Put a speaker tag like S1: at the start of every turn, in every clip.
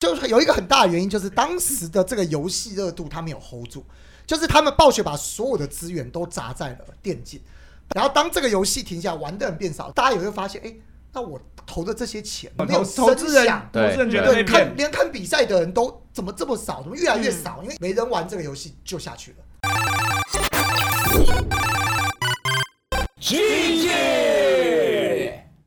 S1: 就是有一个很大的原因，就是当时的这个游戏热度他们有 hold 住，就是他们暴雪把所有的资源都砸在了电竞，然后当这个游戏停下，玩的人变少，大家也会发现，哎，那我投的这些钱没有
S2: 哦投投资
S1: 声
S2: 人
S1: 响，
S2: 投资人觉得
S1: 对，
S2: 被
S1: 看
S2: 骗，
S1: 连看比赛的人都怎么这么少，怎么越来越
S2: 嗯
S1: 少？因为没人玩这个游戏就下去了。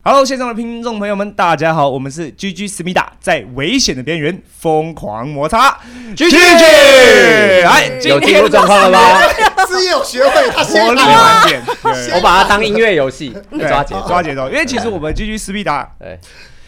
S3: Hello，线上的听众朋友们，大家好，我们是 GG 思密达，在危险的边缘疯狂摩擦，GG，哎，今
S4: 有进入
S3: 天
S4: 状 况了吧？
S1: 事业有学会，他先
S3: 活力
S1: 来。
S3: 满点，对
S4: 我把它当音乐游戏，
S3: 对
S4: 抓哎节奏，
S3: 抓节奏，因为其实我们 GG 思密达，
S4: 对，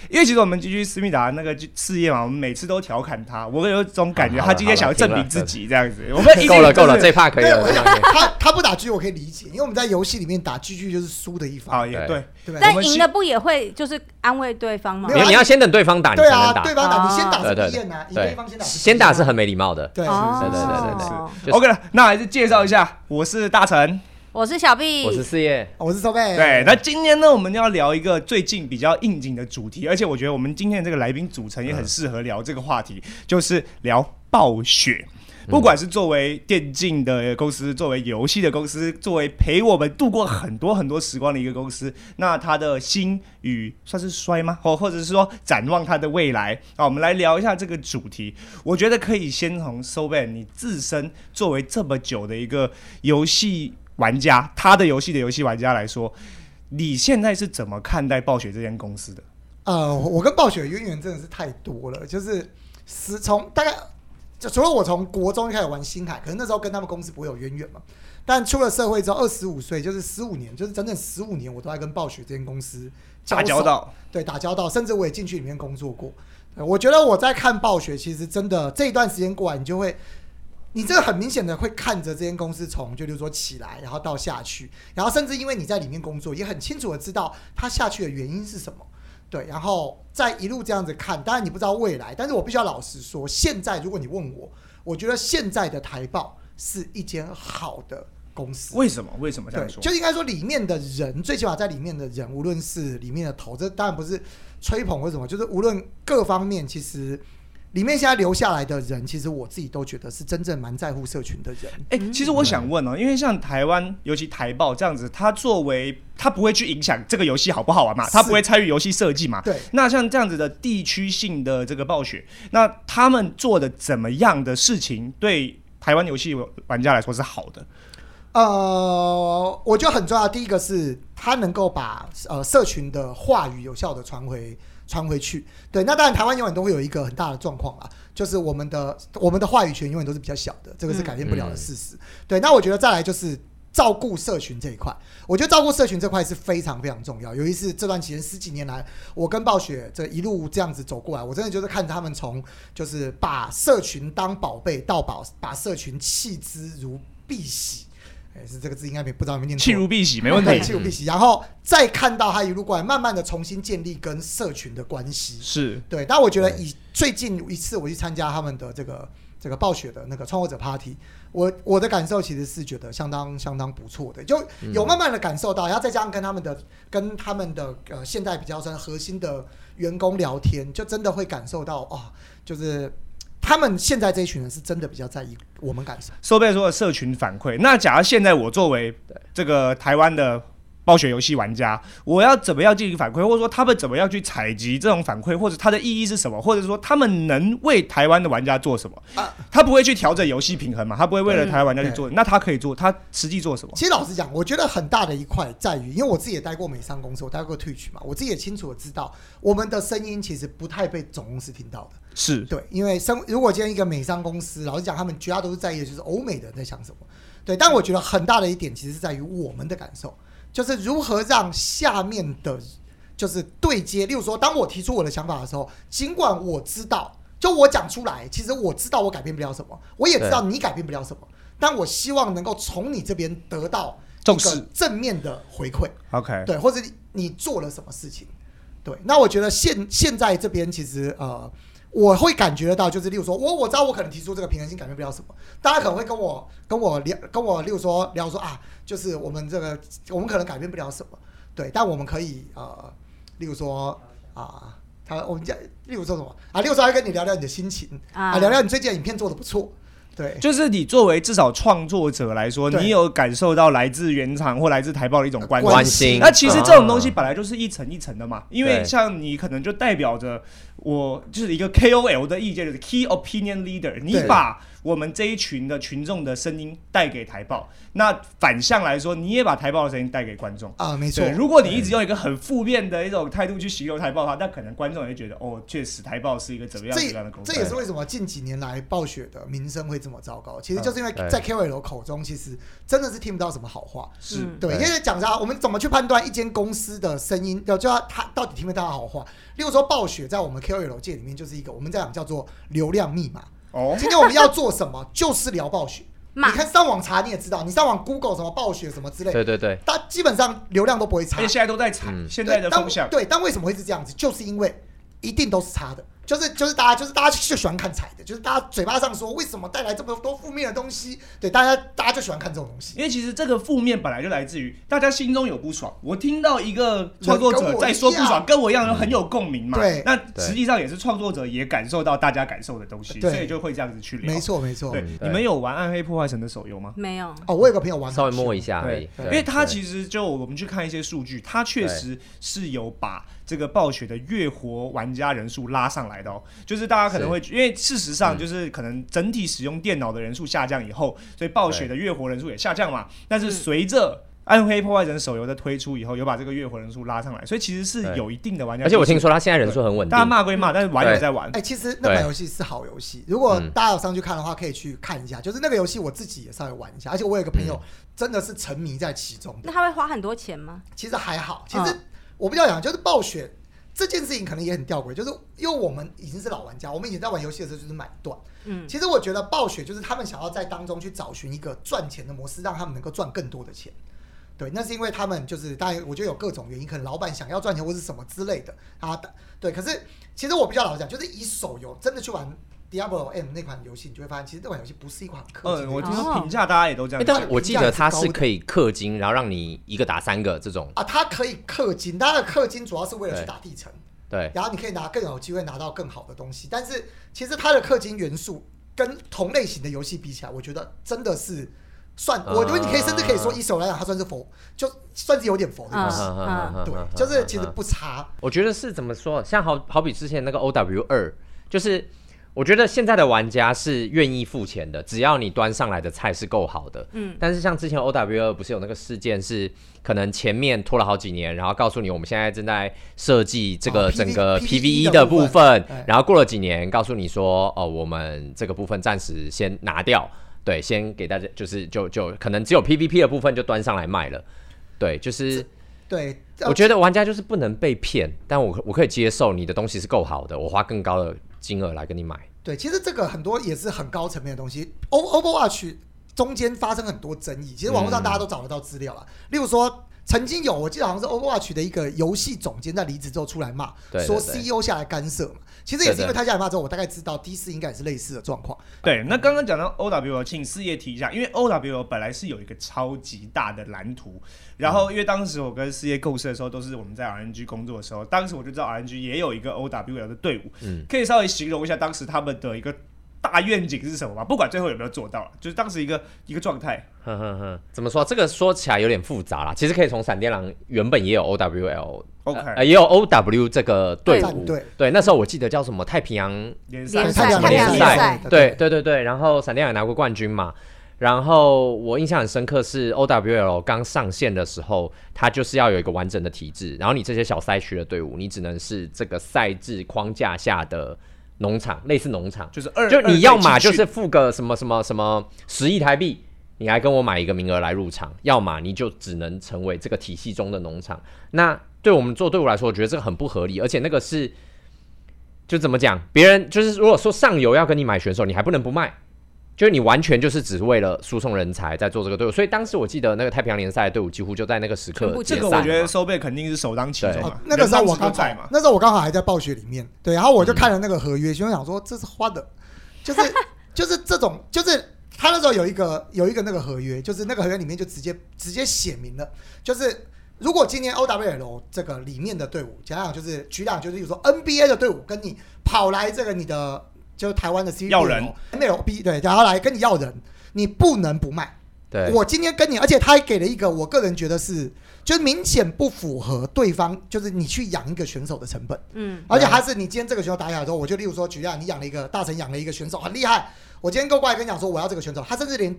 S3: 因为其实我们 GG 思密达那个事业嘛，我们每次都调侃他，我有一种感觉，
S4: 好
S3: 他
S4: 了
S3: 今天想要证
S4: 好
S3: 明
S4: 了
S3: 自己这样子，我们一定
S4: 够了够了，
S3: 就是
S4: 这一趴可以了，这一趴可以了
S1: 他他不打狙我可以理解，因为我们在游戏里面打狙狙就是输的一方，
S2: 啊
S3: 好也
S4: 对
S3: 对，
S1: 对不对？
S3: 我
S5: 但
S3: 们
S5: 赢
S3: 希
S5: 了不也会就是安慰对方吗
S1: 没？
S4: 没有，你要先等对方打，你
S1: 啊对
S4: 才能
S1: 啊，
S4: 打，
S1: 对吧？打
S5: 哦
S1: 你先打
S4: 对
S1: 是
S4: 对
S1: 不验啊，赢了一方先
S4: 对，
S1: 打是不
S4: 先打
S1: 验啊
S4: 是很没礼貌的，
S1: 对，
S5: 哦
S4: 对对对对
S5: 哦
S3: 是 OK 了，那还是介绍一下，我是大成，
S5: 我是小 B，
S4: 我是四叶，
S1: 我是收贝，
S3: 对，那今天呢，我们要聊一个最近比较应景的主题，而且我觉得我们今天的这个来宾组成也很适合聊这个话题，就是聊暴雪。不管是作为电竞的公司，作为游戏的公司，作为陪我们度过很多很多时光的一个公司，那它的兴与算是衰吗？或或者是说展望它的未来啊？我们来聊一下这个主题。我觉得可以先从 Soban 你自身作为这么久的一个游戏玩家，他的游戏的游戏玩家来说，你现在是怎么看待暴雪这间公司的？
S1: 呃，我跟暴雪的渊源真的是太多了，就是是从大概就除了我从国中就开始玩星海，可能那时候跟他们公司不会有渊源嘛。但出了社会之后，二十五岁就是十五年，就是整整十五年，我都在跟暴雪这间公司
S3: 打
S1: 交
S3: 交
S1: 手
S3: 道，
S1: 对打交道，甚至我也进去里面工作过。对我觉得我在看暴雪，其实真的这一段时间过来，你就会，你这个很明显的会看着这间公司从就比如说起来，然后到下去，然后甚至因为你在里面工作，也很清楚的知道它下去的原因是什么。对，然后再一路这样子看，当然你不知道未来，但是我必须要老实说，现在如果你问我，我觉得现在的台报是一间好的公司。
S3: 为什么？为什么这
S1: 对
S3: 样，说？
S1: 就应该说里面的人，最起码在里面的人，无论是里面的头，这当然不是吹捧或什么，就是无论各方面，其实里面现在留下来的人，其实我自己都觉得是真正蛮在乎社群的人。
S3: 哎、其实我想问
S1: 嗯
S3: 哦，因为像台湾，尤其台报这样子，它作为它不会去影响这个游戏好不好啊玩嘛，
S1: 是
S3: 它不会参与游戏设计嘛。
S1: 对，
S3: 那像这样子的地区性的这个暴雪，那他们做的怎么样的事情对台湾游戏玩家来说是好的？
S1: 呃，我觉得很重要。第一个是他能够把呃社群的话语有效的传回传回去。对，那当然台湾永远都会有一个很大的状况啦，就是我们的我们的话语权永远都是比较小的，这个是改变
S3: 嗯
S1: 不了的事实。对，那我觉得再来就是。照顾社群这一块，我觉得照顾社群这块是非常非常重要。尤其是这段期间十几年来，我跟暴雪这一路这样子走过来，我真的就是看着他们从就是把社群当宝贝，到把把社群弃之如敝屣。哎，是这个字应该没不知道有没有念错
S3: 弃如敝屣，没问
S1: 对
S3: 题。
S1: 弃如敝屣。然后再看到他一路过来，慢慢的重新建立跟社群的关系。
S3: 是，
S1: 对，但我觉得以最近一次我去参加他们的这个这个暴雪的那个创作者 party，我我的感受其实是觉得相当相当不错的，就有慢慢的感受到，然后再加上跟他们的跟他们的呃现在比较算核心的员工聊天，就真的会感受到哦，就是他们现在这一群人是真的比较在意我们感受。
S3: 收贝说的社群反馈。那假如现在我作为这个台湾的暴雪游戏玩家，我要怎么样进行反馈，或者说他们怎么样去采集这种反馈，或者它的意义是什么，或者说他们能为台湾的玩家做什么？他不会去调整游戏平衡嘛？他不会为了台湾玩家去做，那他可以做，他实际做什么？
S1: 其实老实讲，我觉得很大的一块在于，因为我自己也待过美商公司，我待过 Twitch 嘛，我自己也清楚的知道，我们的声音其实不太被总公司听到的。
S3: 是
S1: 对，因为生如果今天一个美商公司，老实讲，他们绝大多数在意的就是欧美的人在想什么。对，但我觉得很大的一点其实是在于我们的感受，就是如何让下面的，就是对接。例如说，当我提出我的想法的时候，尽管我知道，就我讲出来，其实我知道我改变不了什么，我也知道你改变不了什么，但我希望能够从你这边得到一
S3: 重
S1: 个
S3: 视
S1: 正面的回馈。
S3: OK，
S1: 对，或者你你做了什么事情，对。那我觉得现现在这边其实呃，我会感觉得到，就是例如说我我知道我可能提出这个平衡性改变不了什么，大家可能会跟我跟我聊跟我例如说聊说啊，就是我们这个我们可能改变不了什么，对，但我们可以呃，例如说啊、他我们讲，例如说什么啊，例如说他跟你聊聊你的心情啊，
S5: 啊
S1: 聊聊你最近的影片做的不错，对，
S3: 就是你作为至少创作者来说，
S1: 对
S3: 你有感受到来自原厂或来自台报的一种关
S1: 关
S3: 心。
S1: 心
S3: 那其实这种东
S1: 嗯
S3: 西本来就是一层一层的嘛，因为
S4: 对
S3: 像你可能就代表着我就是一个 KOL 的意见，就是 Key Opinion Leader，你
S1: 对
S3: 把我们这一群的群众的声音带给台报，那反向来说，你也把台报的声音带给观众。
S1: 啊，没错
S3: 对，，如果你一直用一个很负面的一种态度去形容台报的话，那可能观众也会觉得哦，确实台报是一个怎么样怎
S1: 这
S3: 么样的公司。
S1: 这也是为什么近几年来暴雪的名声会这么糟糕，其实就是因为
S4: 嗯对
S1: 在 KOL 口中，其实真的是听不到什么好话。
S3: 是
S5: 嗯
S1: 对，因
S4: 对
S1: 为讲啥，我们怎么去判断一间公司的声音，要就要它到底听不听到它好话？例如说，暴雪在我们 KOL 界里面就是一个我们在讲叫做流量密码。
S3: 哦，
S1: 今天我们要做什么，就是聊暴雪。你
S5: 骂
S1: 看上网查你也知道，你上网 Google 什么暴雪什么之类，
S4: 啊对对对，
S1: 它基本上流量都不会
S3: 而
S1: 差
S3: 且。现在都在踩
S4: 嗯
S3: 现在的
S1: 对
S3: 风向
S1: 但。对，但为什么会是这样子？就是因为一定都是差的，就是就是大家就是大家就喜欢看踩的，就是大家嘴巴上说为什么带来这么多负面的东西，对，大家大家就喜欢看这种东西。
S3: 因为其实这个负面本来就来自于大家心中有不爽，我听到一个创作
S1: 人跟
S3: 者
S1: 我
S3: 在说不
S1: 一
S3: 爽
S1: 样，
S3: 跟我一样很有共鸣嘛。
S1: 对
S3: 那实际上也是创作者也感受到大家感受的东西，
S1: 对
S3: 所以就会这样子去聊。
S1: 没，错没错。
S3: 对
S4: 嗯，对
S3: 你们有玩《暗黑破坏神》的手游吗？
S5: 没有，
S1: 哦，我有个朋友玩，
S4: 稍微摸一下而已
S3: 对，，
S4: 对
S3: 因为它
S4: 对
S3: 其实就我们去看一些数据，它确实是有把这个暴雪的月活玩家人数拉上来的哦。就是大家可能会，因为事实
S4: 嗯
S3: 上就是可能整体使用电脑的人数下降以后，所以暴雪的月活人数也下降嘛。但是随着暗黑破坏神手游的推出以后，有把这个月活人数拉上来，所以其实是
S4: 对
S3: 有一定的玩家。
S4: 而且我听，说他现在人数很稳定
S3: 大家，骂归骂，但是玩有在玩
S1: 哎、。其实那款游戏是好游戏，如果
S4: 嗯
S1: 大家有上去看的话，可以去看一下。就是那个游戏我自己也稍微玩一下，而且我有一个朋友
S4: 嗯
S1: 真的是沉迷在其中的
S5: 那。他会花很多钱吗？
S1: 其实还好，
S4: 嗯
S1: 其实我不要讲，就是暴雪这件事情可能也很吊诡，就是因为我们已经是老玩家，我们以前在玩游戏的时候就是买断。
S5: 嗯，
S1: 其实我觉得暴雪就是他们想要在当中去找寻一个赚钱的模式，让他们能够赚更多的钱。对，那是因为他们就是，当然我觉得有各种原因，可能老板想要赚钱或是什么之类的啊。对，可是其实我比较老实讲，就是以手游真的去玩 Diablo M 那款游戏，你就会发现，其实这款游戏不是一哦款氪金
S3: 嗯，
S1: 的游
S3: 我
S1: 戏
S3: 听说评价大家也都这
S4: 哎
S3: 样讲。
S4: 但我记得他是可以氪金，然后让你一个打三个这种，
S1: 啊，它可以氪金，啊它的氪金主要是为了去
S4: 对
S1: 打地城。
S4: 对
S1: 然后你可以拿更有机会拿到更好的东西。但是其实它的氪金元素跟同类型的游戏比起来，我觉得真的是算，
S4: 啊
S1: 我觉得你可以甚至可以说一手来讲，它算是佛，就算是有点佛的
S4: 嗯
S1: 东西。
S5: 啊
S1: 对，就是其实不差。
S4: 我觉得是怎么说，像好好比之前那个 O W 二，就是我觉得现在的玩家是愿意付钱的，只要你端上来的菜是够好的。
S5: 嗯，
S4: 但是像之前 O W 二不是有那个事件是，可能前面拖了好几年，然后告诉你我们现在正在设计这
S1: 哦
S4: 个
S1: PV
S4: 整个 P V E
S1: 的
S4: 的
S1: 部
S4: 部
S1: 分
S4: 分
S1: 哎，
S4: 然后过了几年告诉你说，哦，我们这个部分暂时先拿掉，对，先给大家就是就就可能只有 P V P 的部分就端上来卖了，对，就是。
S1: 对，呃
S4: 我觉得玩家就是不能被骗，但我可我可以接受你的东西是够好的，我花更高的金额来跟你买。
S1: 对，其实这个很多也是很高层面的东西。O Overwatch 中间发生很多争议，其实网络上
S4: 嗯
S1: 大家都找得到资料了。例如说，曾经有我记得好像是 Overwatch 的一个游戏总监在离职之后出来骂，
S4: 对对
S1: 说
S4: 对
S1: CEO 下来干涉嘛。其实也是因为
S4: 对对
S1: 他下来骂之后，我大概知道 D 四应该也是类似的状况。
S3: 对，那刚刚讲到 OWL，请四叶提一下，因为 OWL 本来是有一个超级大的蓝图，然后因为当时我跟四叶构思的时候，都是我们在 RNG 工作的时候，当时我就知道 RNG 也有一个 OWL 的队伍，
S4: 嗯
S3: 可以稍微形容一下当时他们的一个大愿景是什么吗？不管最后有没有做到，就是当时一个一个状态。
S4: 哼哼哼，怎么说？这个说起来有点复杂啦。其实可以从闪电狼原本也有 OWL，
S3: OK
S4: 呃也有 OW 这个队
S1: 战
S4: 伍。
S1: 队
S4: 对，那时候我记得叫什么太平洋，
S3: 联
S5: 联
S1: 赛
S4: 太平洋
S1: 联
S4: 联
S5: 赛
S4: 对对对对。然后闪电狼也拿过冠军嘛。然后我印象很深刻是 OWL 刚上线的时候，它就是要有一个完整的体制，然后你这些小赛区的队伍，你只能是这个赛制框架下的农场，类似农场。
S3: 就是二，
S4: 就你要
S3: 嘛
S4: 么就是付个什么什么什么十亿台币，你来跟我买一个名额来入场；要么你就只能成为这个体系中的农场。那对我们做队伍来说，我觉得这个很不合理，而且那个是就怎么讲，别人就是如果说上游要跟你买选手，你还不能不卖。就是你完全就是只是为了输送人才在做这个队伍，所以当时我记得那个太平洋联赛的队伍几乎就在那个时刻
S5: 全部
S4: 解
S3: 这
S4: 散
S3: 个，
S4: 了
S3: 我
S4: 嘛。
S3: 觉得收贝肯定是首当其冲
S4: 对
S1: 哦
S3: 嘛，，
S1: 那个时候我
S3: 人当
S1: 刚
S3: 时就在嘛。
S1: 那时候我刚好还在暴雪里面，对，然后我就
S3: 嗯
S1: 看了那个合约，心想说这是花的，就是 就是这种，就是他那时候有一个有一个那个合约，就是那个合约里面就直接直接写明了，就是如果今年 OWL 这个里面的队伍，假想就是局长就是有说 NBA 的队伍跟你跑来这个你的就是台湾的 C
S3: 要人
S1: MLB 对，然后来跟你要人，你不能不卖。
S4: 对，
S1: 我今天跟你，而且他还给了一个我个人觉得是就是明显不符合对方，就是你去养一个选手的成本。
S5: 嗯，
S1: 而且还是你今天这个选手打起来之后，我就例如说举例啊，你养了一个大神养了一个选手很厉害，我今天够过来跟你讲说我要这个选手，他甚至连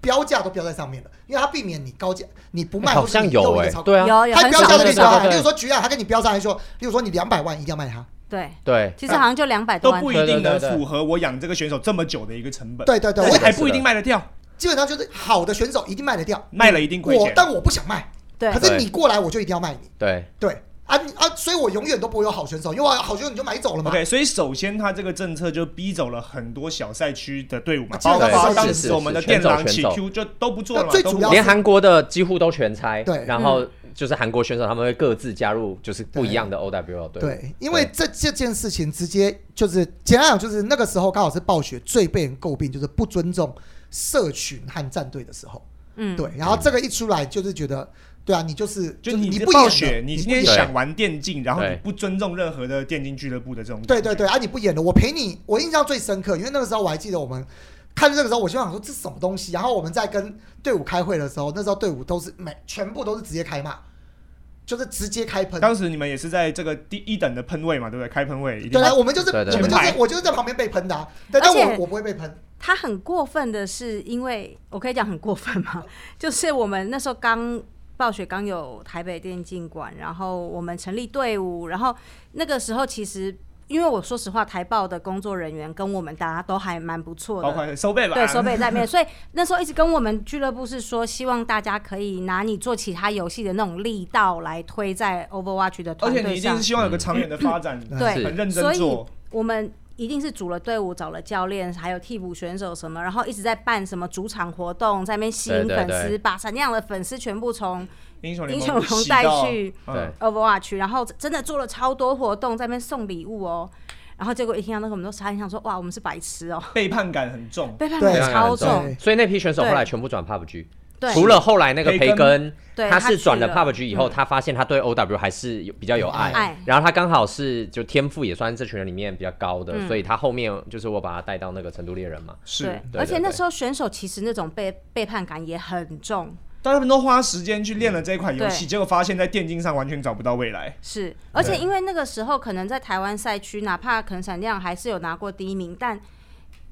S1: 标价都标在上面了，因为他避免你高价你不卖，
S4: 好像有
S1: 哎、
S4: 哎，对啊，
S5: 有有
S1: 他
S5: 很
S1: 标
S5: 少
S1: 价
S4: 少
S1: 的
S4: 对
S1: 比
S4: 对
S1: 较
S4: 对
S1: 矮，
S4: 对
S1: 例如说举例啊，他跟你标上来说，例如说你两百万一定要卖他，
S5: 对，
S4: 对，
S5: 其实好像就两百
S3: 都
S5: 多万
S3: 不一
S4: 对对
S3: 定能
S4: 对对
S3: 符合我养这个选手这么久的一个成本，
S1: 对对对，
S3: 而且
S1: 我
S3: 还不一定卖得掉，
S1: 基本上就是好的选手一定卖得掉，
S3: 卖了一定亏
S1: 我
S3: 钱。
S1: 但我不想卖，
S5: 对
S1: 可是你过来我就一定要卖你，
S4: 对，
S1: 对啊你啊，所以我永远都不会有好选手，因为我好选手你就买走了嘛。
S3: OK，所以首先他这个政策就逼走了很多小赛区的队伍嘛，
S1: 啊基
S3: 包
S1: 本上
S3: 括
S1: 是
S3: 当
S1: 是
S3: 时
S4: 是
S3: 我们的
S4: 全
S3: 电
S4: 走
S3: 狼
S4: 全
S3: 起
S4: 走
S3: Q 就都不做了嘛，
S1: 那最
S3: 都不
S1: 主要
S4: 连韩国的几乎都全拆，
S1: 对
S4: 然
S5: 嗯
S4: 后就是韩国选手他们会各自加入就是不一样的 OWL 队伍，
S1: 对，因为这这件事情直接就是简单讲，就是那个时候刚好是暴雪最被人诟病，就是不尊重社群和战队的时候。
S5: 嗯，
S1: 对，然后这个一出来，就是觉得，对啊，你就是
S3: 就是你
S1: 你
S3: 是
S1: 不
S3: 暴
S1: 演
S3: 雪
S1: 了，，
S3: 你
S1: 不
S3: 今天
S1: 演了
S3: 想玩电竞，然后你
S4: 对
S3: 不尊重任何的电竞俱乐部的这种，
S1: 对对，对啊，你不演了，我陪你。我印象最深刻，因为那个时候我还记得我们。看这个时候，我就想说这是什么东西。然后我们在跟队伍开会的时候，那时候队伍都是每全部都是直接开骂，就是直接开喷。
S3: 当时你们也是在这个第一等的喷位嘛，对不对？开喷位一定
S1: 对啊，我们就是
S4: 对对
S1: 我们就
S3: 前
S1: 是
S3: 排
S1: 我就是在旁边被喷的、啊，对，但
S5: 而且
S1: 我我不会被喷。
S5: 他很过分的是，因为我可以讲很过分吗？ 就是我们那时候刚暴雪刚有台北电竞馆，然后我们成立队伍，然后那个时候其实。因为我说实话，台报的工作人员跟我们大家都还蛮不错的
S3: 包，括收费吧，
S5: 对，手背在面，所以那时候一直跟我们俱乐部是说，希望大家可以拿你做其他游戏的那种力道来推在 Overwatch 的
S3: 而
S5: 团
S3: 且你
S5: 队
S3: 一定
S5: 上
S3: 是。希
S1: 嗯
S3: 望有个长远的发展，
S5: 对
S3: 很认
S5: 所
S3: 真
S5: 以
S3: 做。
S5: 我们一定是组了队伍，找了教练，还有替补选手什么，然后一直在办什么主场活动，在那边吸引
S4: 对对
S5: 粉
S4: 对
S5: 丝，把闪亮的粉丝全部从
S3: 英雄联
S5: 英
S3: 盟
S5: 雄
S3: 洗
S5: 龙带
S3: 到
S5: 去
S3: 嗯
S5: Overwatch，然后真的做了超多活动，在那边送礼物哦。然后结果一听到那个，我们都傻眼，想说哇，我们是白痴哦，
S3: 背叛感很重。
S5: 背叛
S1: 对
S5: 感
S4: 非常
S5: 超
S1: 重
S5: 重
S1: 对。
S4: 所以那批选手后来全部转 PUBG，
S5: 对，
S4: 除了后来那个培根，
S5: 对
S4: 他是转了
S5: 去
S4: PUBG 以后，
S5: 嗯
S4: 他发现他对 OW 还是有比较有爱，
S5: 爱
S4: 然后他刚好是就天赋也算是这群人里面比较高的，
S5: 嗯
S4: 所以他后面就是我把他带到那个成都猎人嘛，
S3: 是
S5: 对，，
S4: 对
S5: 而且
S4: 对
S5: 那
S4: 对
S5: 时候选手其实那种背背叛感也很重，
S3: 但他们都花时间去练了这一款游
S4: 嗯
S3: 戏，
S5: 对
S3: 结果发现在电竞上完全找不到未来。
S5: 是，而且因为那个时候可能在台湾赛区，哪怕可能闪亮还是有拿过第一名，但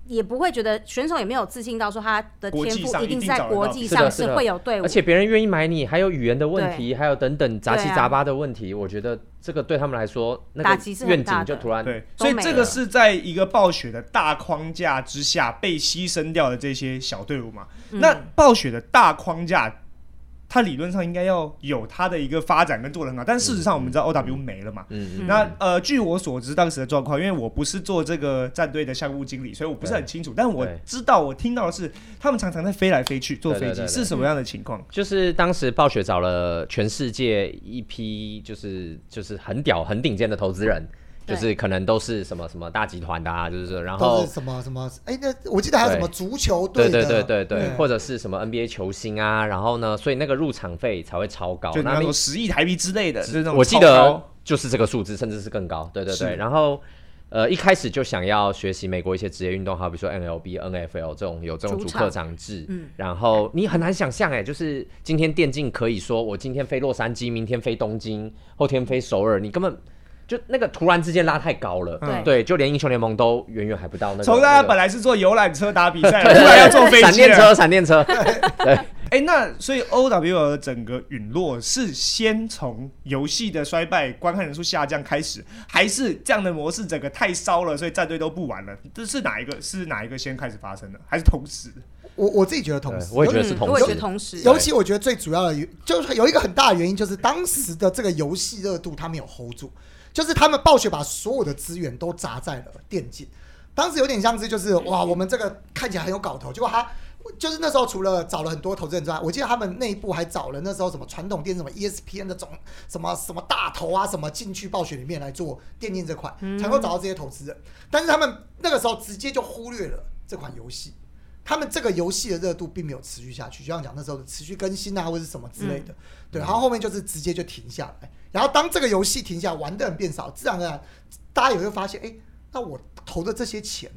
S5: 也不会觉得选手也没有自信到说他的
S3: 国
S5: 天
S3: 际
S5: 赋
S3: 上
S5: 一
S3: 一
S5: 定
S3: 定
S5: 是
S3: 找
S5: 在
S3: 得
S5: 国
S3: 到
S5: 际
S4: 是的
S5: 上
S4: 是的
S5: 会有队伍，
S4: 而且别人愿意买你，还有语言的问题，还有等等杂七
S5: 对啊
S4: 杂八的问题，我觉得这个对他们来说，那个
S5: 打击是很
S4: 愿
S5: 大
S4: 景就
S5: 的
S4: 突然
S3: 对，
S5: 都
S3: 所以
S5: 没
S3: 这个
S5: 了
S3: 是在一个暴雪的大框架之下被牺牲掉的这些小队伍嘛。
S5: 嗯
S3: 那暴雪的大框架，它理论上应该要有它的一个发展跟做得很好，但事实上我们知道 O W 没了嘛。
S4: 嗯嗯，
S3: 那呃，据我所知，当时的状况，因为我不是做这个战队的项目经理，所以我不是很清楚。但我
S4: 对
S3: 知道，我听到的是他们常常在飞来飞去坐
S4: 对
S3: 飞
S4: 对
S3: 机，
S4: 对对
S3: 是什么样的情况？
S4: 就是当时暴雪找了全世界一批就是就是很屌很顶尖的投资人，
S5: 对
S4: 就是可能都是什么什么大集团的啊，就是然
S1: 都
S4: 后
S1: 是什么什么？哎，那我记得还有什么足球队
S4: 对对
S1: 的？
S4: 对对对，或者是什么 NBA 球星啊，然后呢，所以那个入场费才会超高。
S3: 就你
S4: 那
S3: 要
S4: 你
S3: 说十亿台币之类的，就是那种
S4: 我记
S3: 超高
S4: 得就是这个数字，甚至是更高。对对
S3: 是
S4: 对，然后。呃，一开始就想要学习美国一些职业运动，好比说 NLB、NFL 这种有这种
S5: 主
S4: 主
S5: 场
S4: 客场制，
S5: 嗯
S4: 然后你很难想象，哎，就是今天电竞可以说我今天飞洛杉矶，明天飞东京，后天飞首尔，你根本就那个突然之间拉太高了，
S5: 嗯
S4: 对，就连英雄联盟都远远还不到那个。
S3: 从
S4: 那
S3: 大家
S4: 个
S3: 本来是坐游览车打比 赛，
S4: 对
S3: 突然要坐飞
S4: 闪
S3: 机啊
S4: 电
S3: 了。
S4: 车，闪电车，
S3: 哎、那所以 O W L 的整个陨落是先从游戏的衰败、观看人数下降开始，还是这样的模式整个太烧了，所以战队都不玩了？这是哪一个？是哪一个先开始发生的？还是同时？
S1: 我我自己觉得同
S4: 对
S1: 时，
S4: 我也觉得
S5: 嗯
S4: 是
S5: 我
S4: 同
S5: 也觉
S4: 时
S5: 得，同时，
S1: 尤其我觉得最主要的，就是有一个很大的原因，就是当时的这个游戏热度他们有 hold 住，就是他们暴雪把所有的资源都砸在了电竞。当时有点像是就是哇，我们这个看起来很有搞头，结果他就是那时候除了找了很多投资人之外，我记得他们内部还找了那时候什么传统电视什么 E ESPN 的总什么什么大头啊什么进去暴雪里面来做电竞这款，才能够找到这些投资人。但是他们那个时候直接就忽略了这款游戏，他们这个游戏的热度并没有持续下去，就像讲那时候的持续更新啊，或者是什么之类
S3: 嗯
S1: 的，对，然后后面就是直接就停下来，然后当这个游戏停下，玩的人变少，自然而然大家也会发现，哎、那我投的这些钱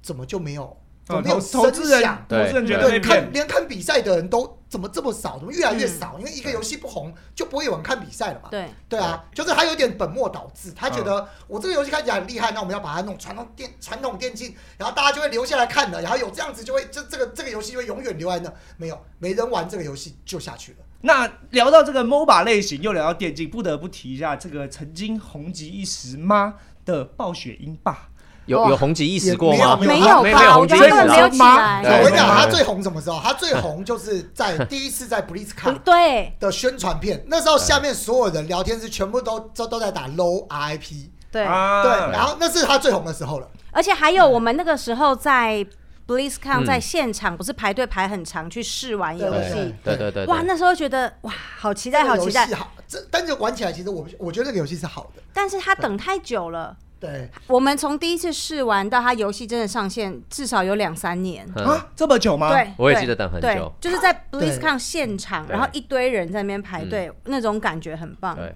S1: 怎么就没有，怎么
S3: 哦
S1: 没有
S3: 投投资
S1: 声
S3: 人
S1: 响，
S3: 投资人觉得
S1: 对，
S3: 被
S1: 看
S3: 骗，
S1: 连看比赛的人都怎么这么少，怎么越来越
S5: 嗯
S1: 少？因为一个游戏不红，就不会有人看比赛了嘛。
S5: 对，
S1: 对啊，就是他有点本末倒置，他觉得我这个游戏看起来很厉害，那我们要把它弄传统电传统电竞，然后大家就会留下来看的，然后有这样子就会这这个这个游戏就会永远留在那，没有没人玩这个游戏就下去了。
S3: 那聊到这个 MOBA 类型，又聊到电竞，不得不提一下这个曾经红极一时妈的暴雪英霸。
S4: 有
S5: 哇
S4: 有红极一时过
S1: 也没有
S4: 吗？
S1: 没有
S4: 有
S5: 没
S4: 没有
S5: 吧？我
S4: 红
S5: 觉
S4: 极
S5: 得
S4: 一
S5: 他们没
S4: 时
S5: 有
S4: 啊，
S5: 起
S3: 妈
S4: 对
S5: 来。
S1: 我跟你讲，
S4: 没有
S1: 他最红什么时候？他最红就是在第一次在 BlizzCon
S5: 对，
S1: 的宣传片，那时候下面所有人聊天是全部都都都在打 low RIP，
S5: 对，
S3: 啊
S1: 对，然后那是他最红的时候了。
S5: 而且还有我们那个时候在 BlizzCon
S4: 嗯
S5: 在现场不是排队排很长去试玩游
S1: 对
S5: 戏，
S4: 对对对，
S5: 哇，
S4: 对
S5: 那时候觉得哇，好期待，
S1: 这个
S5: 好
S1: 游
S5: 期
S1: 戏啊
S5: 待。
S1: 好，这但是玩起来其实我我觉得这个游戏是好的，
S5: 但是他等太久了，
S1: 对，
S5: 我们从第一次试玩到他游戏真的上线，至少有两三年。
S4: 嗯
S3: 啊，这么久吗？，
S5: 对，
S4: 我也
S5: 对
S4: 记得等很
S5: 对
S4: 久
S5: 就是在 BlizzCon 现场，然后一堆人在那边排队，那种感觉很棒。
S4: 对。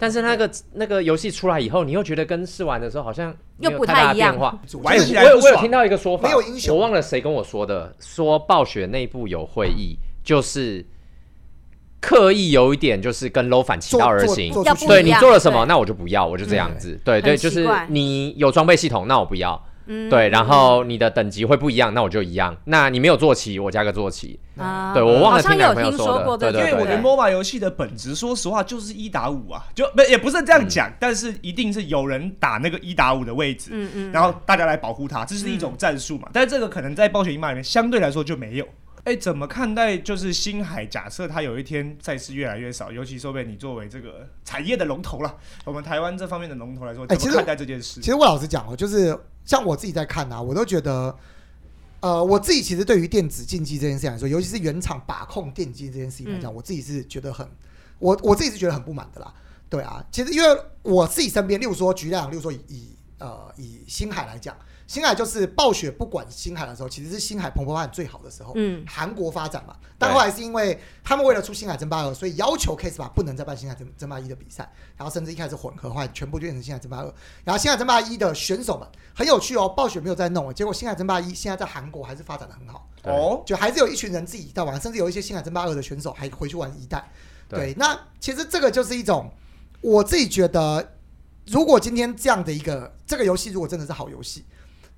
S4: 但是那个那个游戏出来以后，你又觉得跟试玩的时候好像
S5: 又
S4: 没有
S5: 不
S4: 太
S5: 太
S4: 大
S5: 一样
S4: 变化。
S1: 就是
S3: 玩起来
S4: 我有
S3: 不
S4: 我有
S3: 爽
S4: 听到一个说法，
S1: 没有英雄
S4: 我忘了谁跟我说的，说暴雪内部有会议，就是刻意有一点就是跟 low 反其
S1: 做
S4: 道而
S1: 做
S4: 行，
S1: 做
S5: 要
S1: 出
S5: 不
S1: 去
S4: 对
S5: 一
S4: 你
S5: 样
S4: 做了什么，
S5: 对
S4: 那我就不要，我就这样子。对对，
S5: 很
S4: 就
S5: 奇
S4: 是
S5: 怪
S4: 你有装备系统，那我不要。
S5: 嗯
S4: 对，然后你的等级会不一样，那我就一样。那你没有坐骑，我加个坐骑。
S5: 啊
S4: 对我忘了
S5: 好像
S4: 听哪
S5: 有
S4: 个朋友
S5: 听
S4: 说
S5: 说
S4: 的
S5: 过
S4: 对
S5: 这
S4: 对
S5: 个，
S3: 因为我
S4: 对
S3: 觉
S5: 对
S3: 得 MOBA 游戏的本质，说实话就是一打五啊，就不也不是这
S4: 嗯
S3: 样讲，但是一定是有人打那个一打五的位置，
S5: 嗯嗯，
S3: 然后大家来保护他，这是一种战术嘛。但是这个可能在暴雪英霸里面相对来说就没有。哎，怎么看待就是星海？假设它有一天赛事越来越少，尤其说被你作为这个产业的龙头了，我们台湾这方面的龙头来说，
S1: 哎
S3: 怎
S1: 其
S3: 么
S1: 实
S3: 看待这件事
S1: 其？实我老实讲哦，就是像我自己在看啊，我都觉得，呃，我自己其实对于电子竞技这件事情来说，尤其是原厂把控电竞这件事情来讲，我自己是觉得很，我我自己是觉得很不满的啦。对啊，其实因为我自己身边，例如说局长，例如说以以呃以星海来讲，星海就是暴雪不管星海的时候，其实是星海蓬勃发展最好的时候。
S5: 嗯
S1: 韩国发展嘛，但后来是因为他们为了出星海争霸二，所以要求 K 十八不能再办星海争争霸一的比赛，然后甚至一开始混合，后来全部就变成星海争霸二。然后星海争霸一的选手们很有趣哦，暴雪没有在弄，结果星海争霸一现在在韩国还是发展的很好，
S4: 对
S3: 哦，
S1: 就还是有一群人自己在玩，甚至有一些星海争霸二的选手还回去玩一代。对，
S4: 对
S1: 那其实这个就是一种我自己觉得，如果今天这样的一个这个游戏如果真的是好游戏，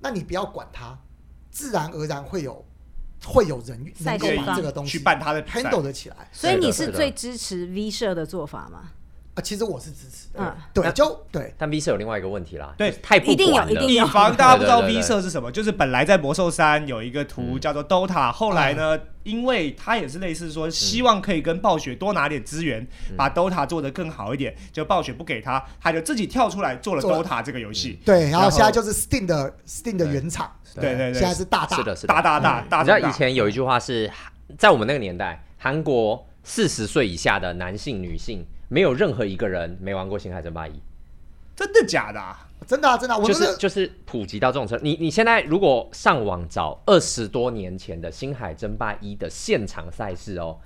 S1: 那你不要管它，自然而然会有会有人能
S5: 赛
S1: 够
S5: 事
S1: 把
S5: 方
S1: 这个东
S3: 去
S1: 西
S3: 办他的比赛
S1: handle 得起来啊、
S5: 所以
S4: 对
S5: 你
S4: 的
S5: 是
S4: 对的
S5: 最支持 V 社的做法吗？
S1: 啊其实我是支持的，
S5: 嗯
S1: 对，就对。
S4: 但 V 是有另外一个问题啦，
S3: 对
S4: 就是太不
S5: 一定有
S4: 管了
S5: 一定有
S3: 以防大家不知道
S4: 对对
S3: V
S4: 对嗯
S3: 社是什么，就是本来在魔兽三有一个图叫做 DOTA，后来呢，因为它也是类似说希望可以跟暴雪多拿点资源，
S4: 嗯
S3: 把 DOTA 做得更好一点，就暴雪不给他，他就自己跳出来做了
S1: 做了
S3: DOTA 这个游戏。
S1: 嗯对，然
S3: 然后
S1: 后现在就是 Steam 的 Steam 的原厂，
S3: 对对
S1: 现在
S3: 对，
S1: 是大大
S4: 是的，是的
S3: 大。大大大
S4: 你知道
S3: 大
S4: 以
S3: 大，
S4: 前有一句话是，在我们那个年代，韩国四十岁以下的男性、女性，没有任何一个人没玩过《星海争霸一》，
S3: 真的假的啊？
S1: 真的啊，真的啊、我
S4: 就
S1: 们
S4: 是就是普及到这种程度。你你现在如果上网找二十多年前的《星海争霸一》的现场赛事哦，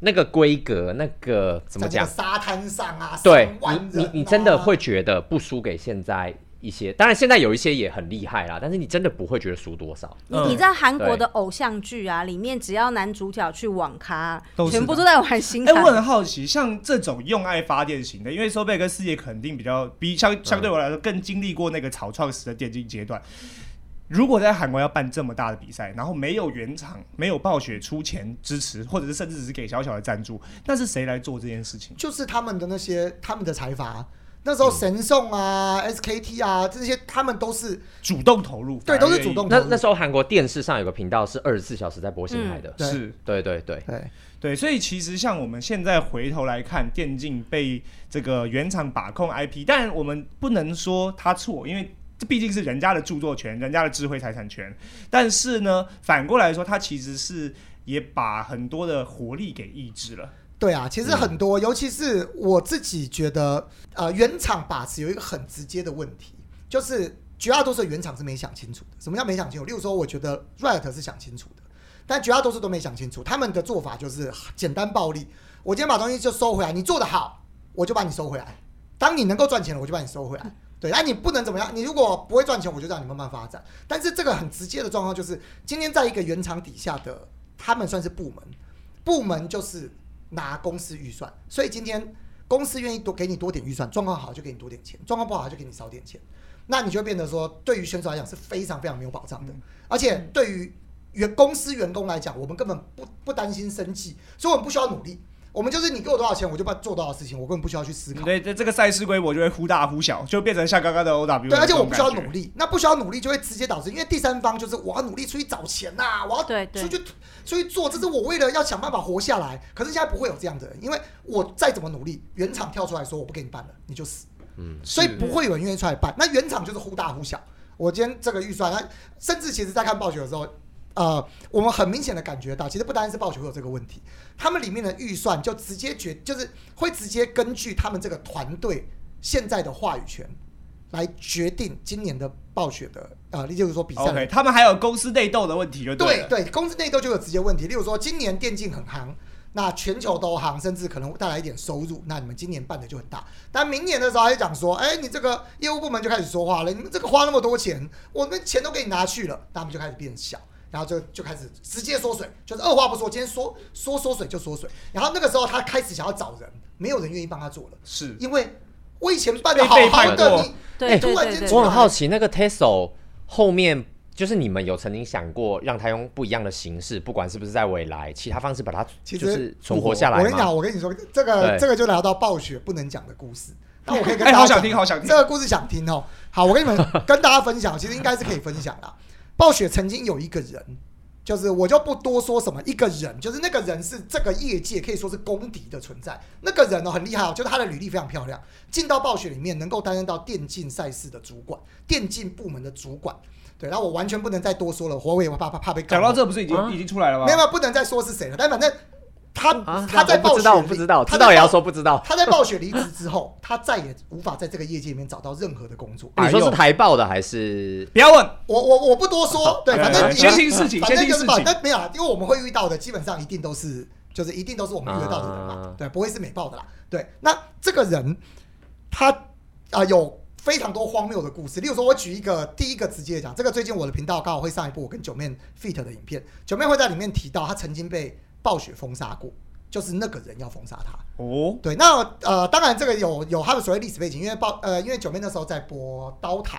S4: 那个规格，那个怎么
S1: 在那
S4: 讲
S1: 个？沙滩上啊，
S4: 对
S1: 上万
S4: 你，你
S1: 人
S4: 你
S1: 啊
S4: 真的会觉得不输给现在一些，当然现在有一些也很厉害啦，但是你真的不会觉得输多少。
S5: 你
S3: 嗯
S5: 你知道韩国的偶像剧啊，里面只要男主角去网咖
S3: 都，是的
S5: 全部都在玩星
S3: 哎、我
S5: 海。
S3: 很好奇，像这种用爱发电型的，因为收贝跟师爷肯定比较比
S1: 嗯
S3: 相相对我来说更经历过那个草创时的电竞阶段。如果在韩国要办这么大的比赛，然后没有原厂、没有暴雪出钱支持，或者是甚至只是给小小的赞助，那是谁来做这件事情？
S1: 就是他们的那些他们的财阀，那时
S3: 嗯
S1: 候神送啊、SKT 啊这些，他们都是
S3: 主动投入，
S1: 对，
S3: 反而
S1: 都是
S3: 愿意
S1: 主动投
S4: 那
S1: 入
S4: 那时候韩国电视上有个频道是二十四小时在播星海的，
S1: 对
S3: 是
S4: 对对对，
S1: 对
S3: 对，所以其实像我们现在回头来看，电竞被这个原厂把控 IP，但我们不能说它错，因为这毕竟是人家的著作权、人家的智慧财产权。但是呢，反过来说，它其实是也把很多的活力给抑制了。
S1: 对啊，
S3: 嗯
S1: 其实很多，尤其是我自己觉得，呃，原厂把持有一个很直接的问题，就是绝大多数原厂是没想清楚的。什么叫没想清楚？例如说，我觉得 Riot 是想清楚的，但绝大多数都没想清楚，他们的做法就是简单暴力。我今天把东西就收回来，你做得好，我就把你收回来；当你能够赚钱了，我就把你收回来。对，那、你不能怎么样？你如果不会赚钱，我就让你慢慢发展。但是这个很直接的状况就是，今天在一个原厂底下的，他们算是部门，部门就是拿公司预算，所以今天公司愿意多给你多点预算，状况好就给你多点钱，状况不好就给你少点钱，那你就会变得说，对于选手来讲是非常非常没有保障的，而且对于员公司员工来讲，我们根本不不担心生计，所以我们不需要努力，我们就是你给我多少钱，我就办做多少事情，我根本不需要去思考。
S3: 对，这这个赛事规模就会忽大忽小，就变成像刚刚的 O W。
S1: 对，而且我不需要努。力，那不需要努力就会直接导致，因为第三方就是我要努力出去找钱呐、我要
S5: 对对
S1: 出去出去做，这是我为了要想办法活下来。可是现在不会有这样的人，因为我再怎么努力，原厂跳出来说我不给你办了，你就死。
S4: 嗯，
S1: 所以不会有人愿意出来办。那原厂就是忽大忽小。我今天这个预算，那甚至其实在看暴雪的时候，呃，我们很明显的感觉到，其实不单是暴雪会有这个问题，他们里面的预算就直接决，就是会直接根据他们这个团队现在的话语权来决定今年的暴雪的呃，例如说比赛的
S3: OK，他们还有公司内斗的问题，就
S1: 对
S3: 了。
S1: 对，公司内斗就有直接问题。例如说，今年电竞很行，那全球都行，甚至可能带来一点收入，那你们今年办的就很大。但明年的时候，他就讲说，哎，你这个业务部门就开始说话了，你们这个花那么多钱，我们钱都给你拿去了，那他们就开始变小。然后就就开始直接缩水，就是二话不说，今天说说缩水就缩水。然后那个时候他开始想要找人，没有人愿意帮他做了，
S3: 是
S1: 因为我以前办的好
S3: 被背
S1: 好
S3: 叛
S1: 的，
S3: 过
S1: 你
S5: 对
S1: 突
S5: 对
S1: 然
S5: 对
S1: 间
S5: 对，
S1: 出
S4: 我很
S1: 来
S4: 好奇那个 Tesla 后面。就是你们有曾经想过让他用不一样的形式，不管是不是在未来，其他方式把它
S1: 其
S4: 就
S1: 实
S4: 是存活下来
S1: 我跟你
S4: 吗？
S1: 讲，我跟你说，这个
S4: 对
S1: 这个就聊到暴雪不能讲的故事。那我可以跟大
S3: 哎，
S1: 家
S3: 好想
S1: 讲
S3: 听，好想听
S1: 这。个故事想听哦。好，我跟你们跟大家分享，其实应该是可以分享啦。暴雪曾经有一个人，就是我就不多说什么，一个人，就是那个人是这个业界可以说是公敌的存在。那个人哦很厉害哦，就是他的履历非常漂亮，进到暴雪里面能够担任到电竞赛事的主管，电竞部门的主管。对，然后我完全不能再多说了，我也怕怕怕被告
S3: 讲到这不是已经、
S4: 啊
S3: 已经出来了吗？
S1: 没有没有不能再说是谁了，但反正他、
S4: 啊，
S1: 他在
S4: 我不
S1: 暴雪
S4: 知道，
S1: 里，
S4: 我不知道，
S1: 他
S4: 知
S1: 在
S4: 道也要
S1: 暴
S4: 说不知道。
S1: 他在暴雪离职之后，他再也无法在这个业界里面找到任何的工作。
S4: 你
S3: 哎呦
S4: 说是台报的还是？
S3: 不要问，
S1: 我我我不多说，对，反正
S3: 哎
S1: 你
S3: 先听事情，
S1: 反
S3: 先
S1: 正
S3: 听
S1: 就是
S3: 事
S1: 吧，
S3: 情。
S1: 但没有啊啦，因为我们会遇到的，基本上一定都是，就是一定都是我们遇得到的人嘛，
S4: 啊
S1: 对，不会是美爆的啦，对。那这个人他啊、有非常多荒谬的故事，例如说，我举一个第一个直接讲，这个最近我的频道刚好会上一部我跟九面 fit 的影片，九面会在里面提到他曾经被暴雪封杀过，就是那个人要封杀他，
S3: 哦，
S1: 对，那呃，当然这个有有它的所谓历史背景，因为报呃，因为九妹那时候在播《刀塔》，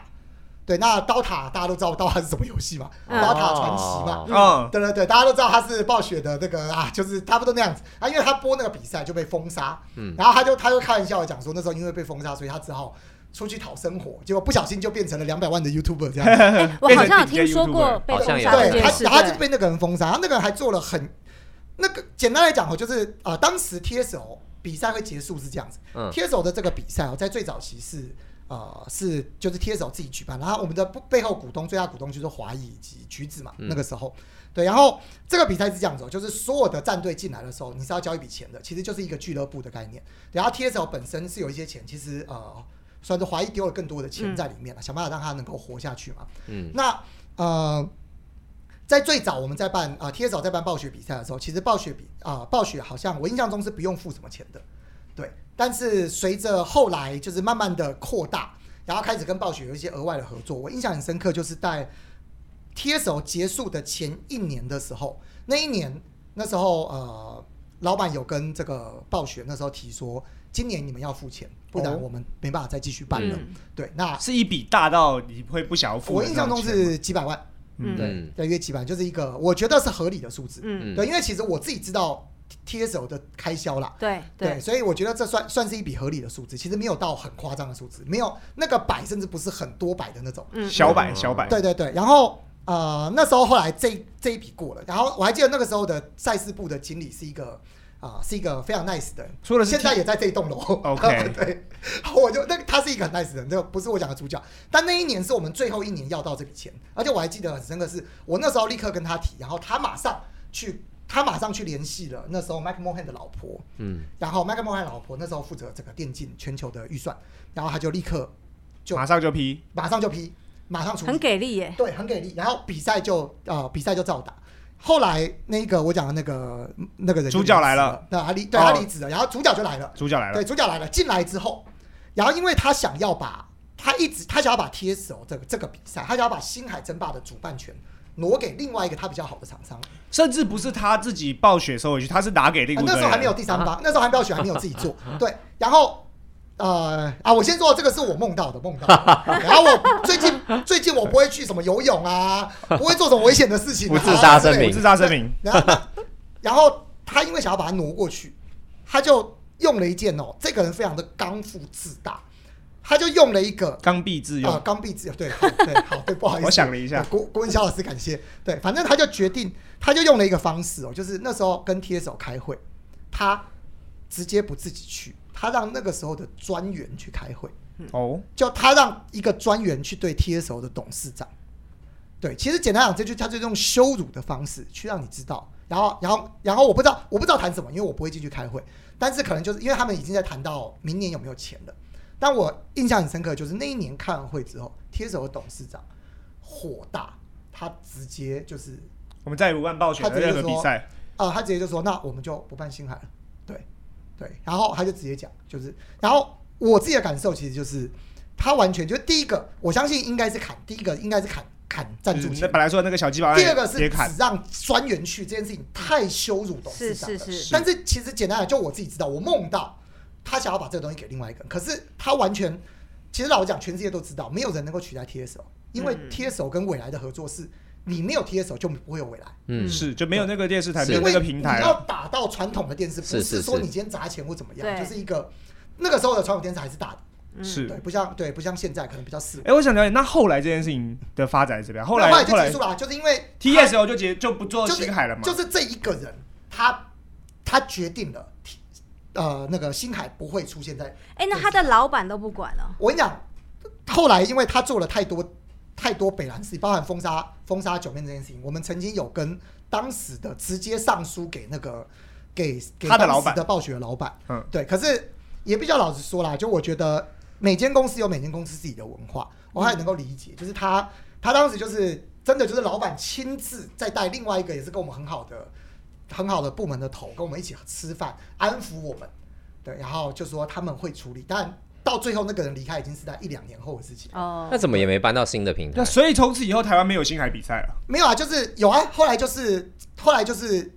S1: 对，那《刀塔》大家都知道《刀塔》是什么游戏嘛，
S5: 嗯
S1: 刀塔传奇》嘛。
S3: 嗯，
S1: 对对对，大家都知道他是暴雪的那个啊，就是差不多那样子啊，因为他播那个比赛就被封杀，
S4: 嗯
S1: 然后他就他就开玩笑地讲说，那时候因为被封杀，所以他只好出去讨生活，结果不小心就变成了两百万的 YouTuber 这样子，
S5: 哎，我好像有听说过被封杀这
S1: 对
S5: 件
S1: 他，
S5: 事，
S1: 然后他就被那个人封杀，然后那个人还做了很那个简单来讲哦，就是啊、呃当时 TSO 比赛会结束是这样子，
S4: 嗯
S1: TSO 的这个比赛哦，在最早期是呃是就是 TSO 自己举办，然后我们的不背后股东最大股东就是华谊以及橘子嘛，
S4: 嗯
S1: 那个时候对，然后这个比赛是这样子、哦，就是所有的战队进来的时候，你是要交一笔钱的，其实就是一个俱乐部的概念。然后 TSO 本身是有一些钱，其实呃算是华谊丢了更多的钱在里面了，想办法让它能够活下去嘛。
S4: 嗯，
S1: 那呃，在最早我们在办啊、t s o 在办暴雪比赛的时候，其实暴雪比啊、暴雪好像我印象中是不用付什么钱的，对。但是随着后来就是慢慢的扩大，然后开始跟暴雪有一些额外的合作，我印象很深刻，就是在 TSO 结束的前一年的时候，那一年那时候呃，老板有跟这个暴雪那时候提说，今年你们要付钱，不然
S3: 哦
S1: 我们没办法再继续办了。
S5: 嗯
S1: 对，那
S3: 是一笔大到你会不想要哦付
S1: 我
S3: 的
S1: 印
S3: 那
S1: 象
S3: 种
S1: 中
S3: 钱吗。
S1: 是几百万。
S5: 嗯
S1: 对
S4: 嗯，
S1: 对，约几万就是一个我觉得是合理的数字。
S5: 嗯，
S4: 嗯
S1: 对，因为其实我自己知道 TSO 的开销啦，
S5: 对
S1: 对，，所以我觉得这算算是一笔合理的数字，其实没有到很夸张的数字，没有那个百甚至不是很多百的那种。
S5: 嗯，
S3: 小百小百，
S1: 对对对，然后呃那时候后来这这一笔过了，然后我还记得那个时候的赛事部的经理是一个。啊、是一个非常 nice 的人，
S3: 说的是
S1: 现在也在这一栋楼。
S3: OK
S1: 对，我就那个他是一个很 nice 的人，这个不是我讲的主角。但那一年是我们最后一年要到这笔钱，而且我还记得很深刻是，我那时候立刻跟他提，然后他马上去，他马上去联系了那时候 Mike Mohan 的老婆，
S4: 嗯，
S1: 然后 Mike Mohan 的老婆那时候负责整个电竞全球的预算，然后他就立刻就
S3: 马上就批。
S1: 马上就批，马上处理
S5: 很，给力耶，
S1: 对，很给力。然后比赛就呃比赛就照打。后来那个我讲的那个那个人就
S3: 主角来
S1: 离职
S3: 了
S1: 了，对，他离对
S3: 哦
S1: 他离职了，然后主角就来了，
S3: 主角来了
S1: 对，，主角来了，进来之后，然后因为他想要把他一直他想要把 TSO 这个这个比赛，他想要把星海争霸的主办权挪给另外一个他比较好的厂商，
S3: 甚至不是他自己暴雪收回去，他是拿给另
S1: 啊
S3: 一个人。
S1: 那时候还没有第三方，那时候还没有选，还没有自己 做。对，然后呃啊，我先说这个是我梦到的梦到的。然后我最近最近我不会去什么游泳啊，不会做什么危险的事情、啊，
S4: 不自杀
S1: 之类
S4: 声
S1: 的
S4: 明
S3: 自杀声明，
S1: 然后那然后他因为想要把它挪过去，他就用了一件哦，这个人非常的刚复自大，他就用了一个
S3: 刚愎自
S1: 啊，
S3: 用。
S1: 刚愎自由，对，好对，好，对，不好意思，
S3: 我想了一下
S1: 啊，郭郭文潇老师，感谢，对，反正他就决定，他就用了一个方式哦，就是那时候跟 TSO 开会，他直接不自己去，他让那个时候的专员去开会，
S3: 哦，
S1: 就他让一个专员去对 TSO 的董事长，对，其实简单讲，这就他就用羞辱的方式去让你知道，然后，然后，然后我不知道，我不知道谈什么，因为我不会进去开会，但是可能就是因为他们已经在谈到明年有没有钱了。但我印象很深刻的就是那一年开完会之后，TSO 的董事长火大，他直接就是
S3: 我们再也不办暴雪的任何比赛，
S1: 啊，他直接就说那我们就不办星海了，对对，然后他就直接讲，就是然后我自己的感受其实就是他完全就第一个，我相信应该是砍，第一个应该是砍砍赞助
S3: 就是嗯那
S1: 钱
S3: 本。来说那个小鸡巴，
S1: 第二个是
S3: 也
S1: 只
S3: 砍，
S1: 让专员去这件事情太羞辱董
S5: 是
S1: 事长了
S5: 是，是，
S1: 但是其实简单来，就我自己知道，我梦到他想要把这个东西给另外一个人，可是他完全，其实老实讲，全世界都知道，没有人能够取代 TSO，因为
S5: 嗯
S1: TSO 跟未来的合作是，你没有 TSO 就不会有未来，
S4: 嗯，
S3: 是就没有那个电视台，
S4: 是
S3: 没有
S1: 因
S3: 那
S1: 为
S3: 个平台
S1: 你要
S3: 了。
S1: 打到传统的电视，
S4: 是
S1: 不
S4: 是
S1: 是说
S4: 是
S1: 你今天砸钱或怎么样，
S5: 对
S1: 就是一个那个时候的传统电视还是大的，
S5: 嗯
S3: 是
S1: 对，不像对不像现在可能比较死。
S3: 哎，我想了解，那后来这件事情的发展是怎么样？后来
S1: 那
S3: 后
S1: 就
S3: 来
S1: 结束了啊，就是因为
S3: TSO 就结就不做
S1: 就是
S3: 星海了嘛？
S1: 就是这一个人，他他决定了，呃，那个星海不会出现在
S5: 哎、那他的老板都不管了、
S1: 我跟你讲，后来因为他做了太多太多北兰事，包含封杀封杀九面这件事情，我们曾经有跟当时的直接上书给那个给给
S3: 他的
S1: 当
S3: 老
S1: 时
S3: 板
S1: 的暴雪的老板，
S3: 嗯
S1: 对。可是也必须要老实说啦，就我觉得每间公司有每间公司自己的文化，我还能够理解，就是他他当时就是真的就是老板亲自在带另外一个也是跟我们很好的很好的部门的头跟我们一起吃饭，安抚我们。对，然后就说他们会处理，但到最后那个人离开已经是在一两年后的事情。
S4: 那
S5: 哦。
S4: 怎么也没搬到新的平台
S3: 那？所以从此以后台湾没有星海比赛了。
S1: 没有啊，就是有啊，后来就是后来就是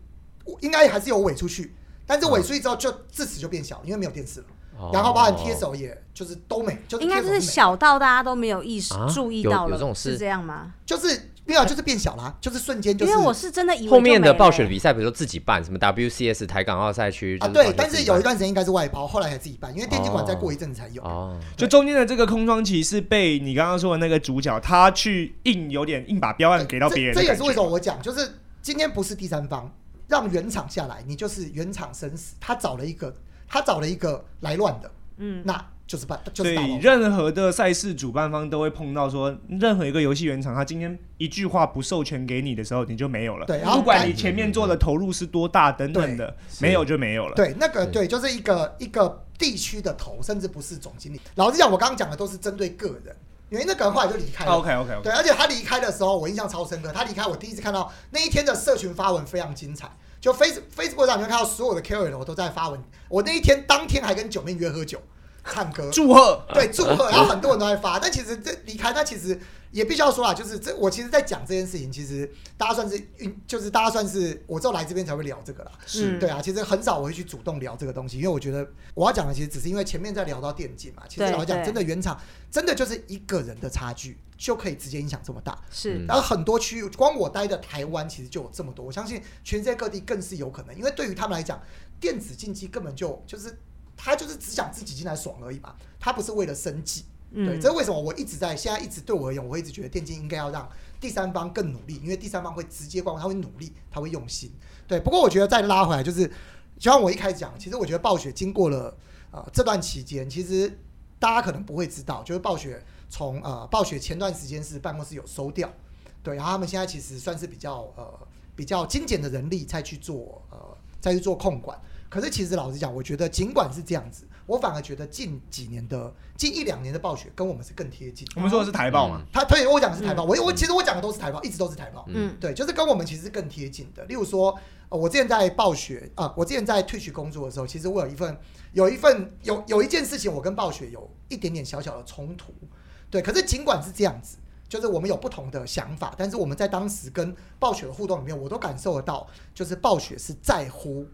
S1: 应该还是有委出去，但是委出去之后就自此就变小了，因为没有电视了。
S4: 哦
S1: 然后包含 TSO 也就是都没，就是
S5: 应该
S1: TSO
S5: 就是
S1: 没
S5: 小到大家都没有意识、
S4: 啊
S5: 注意
S4: 有
S5: 到
S4: 有
S5: 了，
S4: 这种
S5: 是
S4: 事
S5: 这样吗？
S1: 就是没有啊，就是变小了啊、就是瞬间就是
S5: 因为我是真的以为
S4: 后面的
S5: 就没了欸
S4: 暴雪的比赛，比如说自己办，什么 WCS 台港澳赛区
S1: 啊
S4: 就是
S1: 对
S4: 暴，雪
S1: 但
S4: 自己
S1: 是有一
S4: 办
S1: 段时间应该是外包，后来才自己办，因为电竞馆再过一阵子才有。
S4: 哦，
S3: 就中间的这个空窗期是被你刚刚说的那个主角，他去硬有点硬把标案给到别人
S1: 这
S3: 的
S1: 这
S3: 感觉，
S1: 也是为什么我讲，就是今天不是第三方，让原厂下来，你就是原厂生死。他找了一个，他找了一个来乱的，
S5: 嗯，
S1: 那就是办，就
S3: 所
S1: 是大
S3: 以
S1: 佬。
S3: 任何的赛事主办方都会碰到说，任何一个游戏原厂，他今天一句话不授权给你的时候，你就没有了。
S1: 对然后
S3: 不管你前面做的投入是多大等等的，没有就没有了。，
S1: 对，那个
S4: 对
S1: 对，就是一个一个地区的头，甚至不是总经理。老实讲，我刚刚讲的都是针对个人，因为那个人后来就离开了。
S3: OK OK OK，
S1: 对，而且他离开的时候，我印象超深刻。他离开，我第一次看到那一天的社群发文非常精彩。就 Face Facebook 上，你会看到所有的 KOL 都在发文。我那一天当天还跟九妹约喝酒、唱歌，
S3: 祝贺。
S1: 对祝 贺，然后很多人都在发。但其实这离开，那其实也必须要说啊，就是这我其实在讲这件事情，其实大家算是运，就是大家算是我只有来这边才会聊这个啦。
S5: 是
S1: 对啊，其实很少我会去主动聊这个东西，因为我觉得我要讲的其实只是因为前面在聊到电竞嘛，其实
S5: 对
S1: 老实讲，
S5: 对
S1: 真的原厂真的就是一个人的差距就可以直接影响这么大。
S5: 是
S4: 嗯
S1: 然后很多区域，光我待的台湾其实就有这么多，我相信全世界各地更是有可能，因为对于他们来讲，电子竞技根本就就是他就是只想自己进来爽而已嘛，他不是为了生计。对，
S5: 嗯
S1: 这，是为什么我一直在现在一直对我而言，我会一直觉得电竞应该要让第三方更努力，因为第三方会直接观望，他会努力，他会用心。对，不过我觉得再拉回来，就是就像我一开始讲，其实我觉得暴雪经过了呃这段期间，其实大家可能不会知道，就是暴雪从呃暴雪前段时间是办公室有收掉，对，然后他们现在其实算是比较呃比较精简的人力再去做呃再去做控管。可是其实老实讲，我觉得尽管是这样子，我反而觉得近几年的近一两年的暴雪跟我们是更贴近。
S3: 我们说的是嗯台报嘛，
S1: 他对我讲的是台报，我我其实我讲的都是台报，一直都是台报。
S5: 嗯
S1: 对，就是跟我们其实是更贴近的。例如说，呃、我之前在暴雪啊、我之前在 Twitch 工作的时候，其实我有一份有一份有有一件事情，我跟暴雪有一点点小小的冲突。对，可是尽管是这样子，就是我们有不同的想法，但是我们在当时跟暴雪的互动里面，我都感受得到，就是暴雪是在乎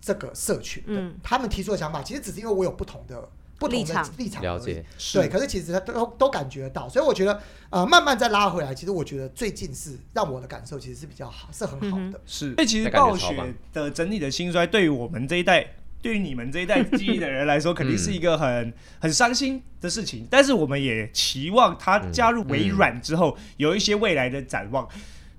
S1: 这个社群的。
S5: 嗯
S1: 他们提出的想法，其实只是因为我有不同的不同的
S5: 立场
S1: 立场
S4: 了
S1: 而已
S4: 解，
S1: 对，可是其实他都都感觉得到，所以我觉得呃慢慢再拉回来，其实我觉得最近是让我的感受其实是比较好，是很好
S5: 嗯
S1: 的。
S3: 是。所以其实
S4: 那感觉
S3: 暴
S4: 超
S3: 雪
S4: 棒
S3: 的整体的兴衰，对于我们这一代，对于你们这一代记忆的人来 说，肯定是一个很很伤心的事情。但是我们也期望它加入微软之后，有一些未来的展望。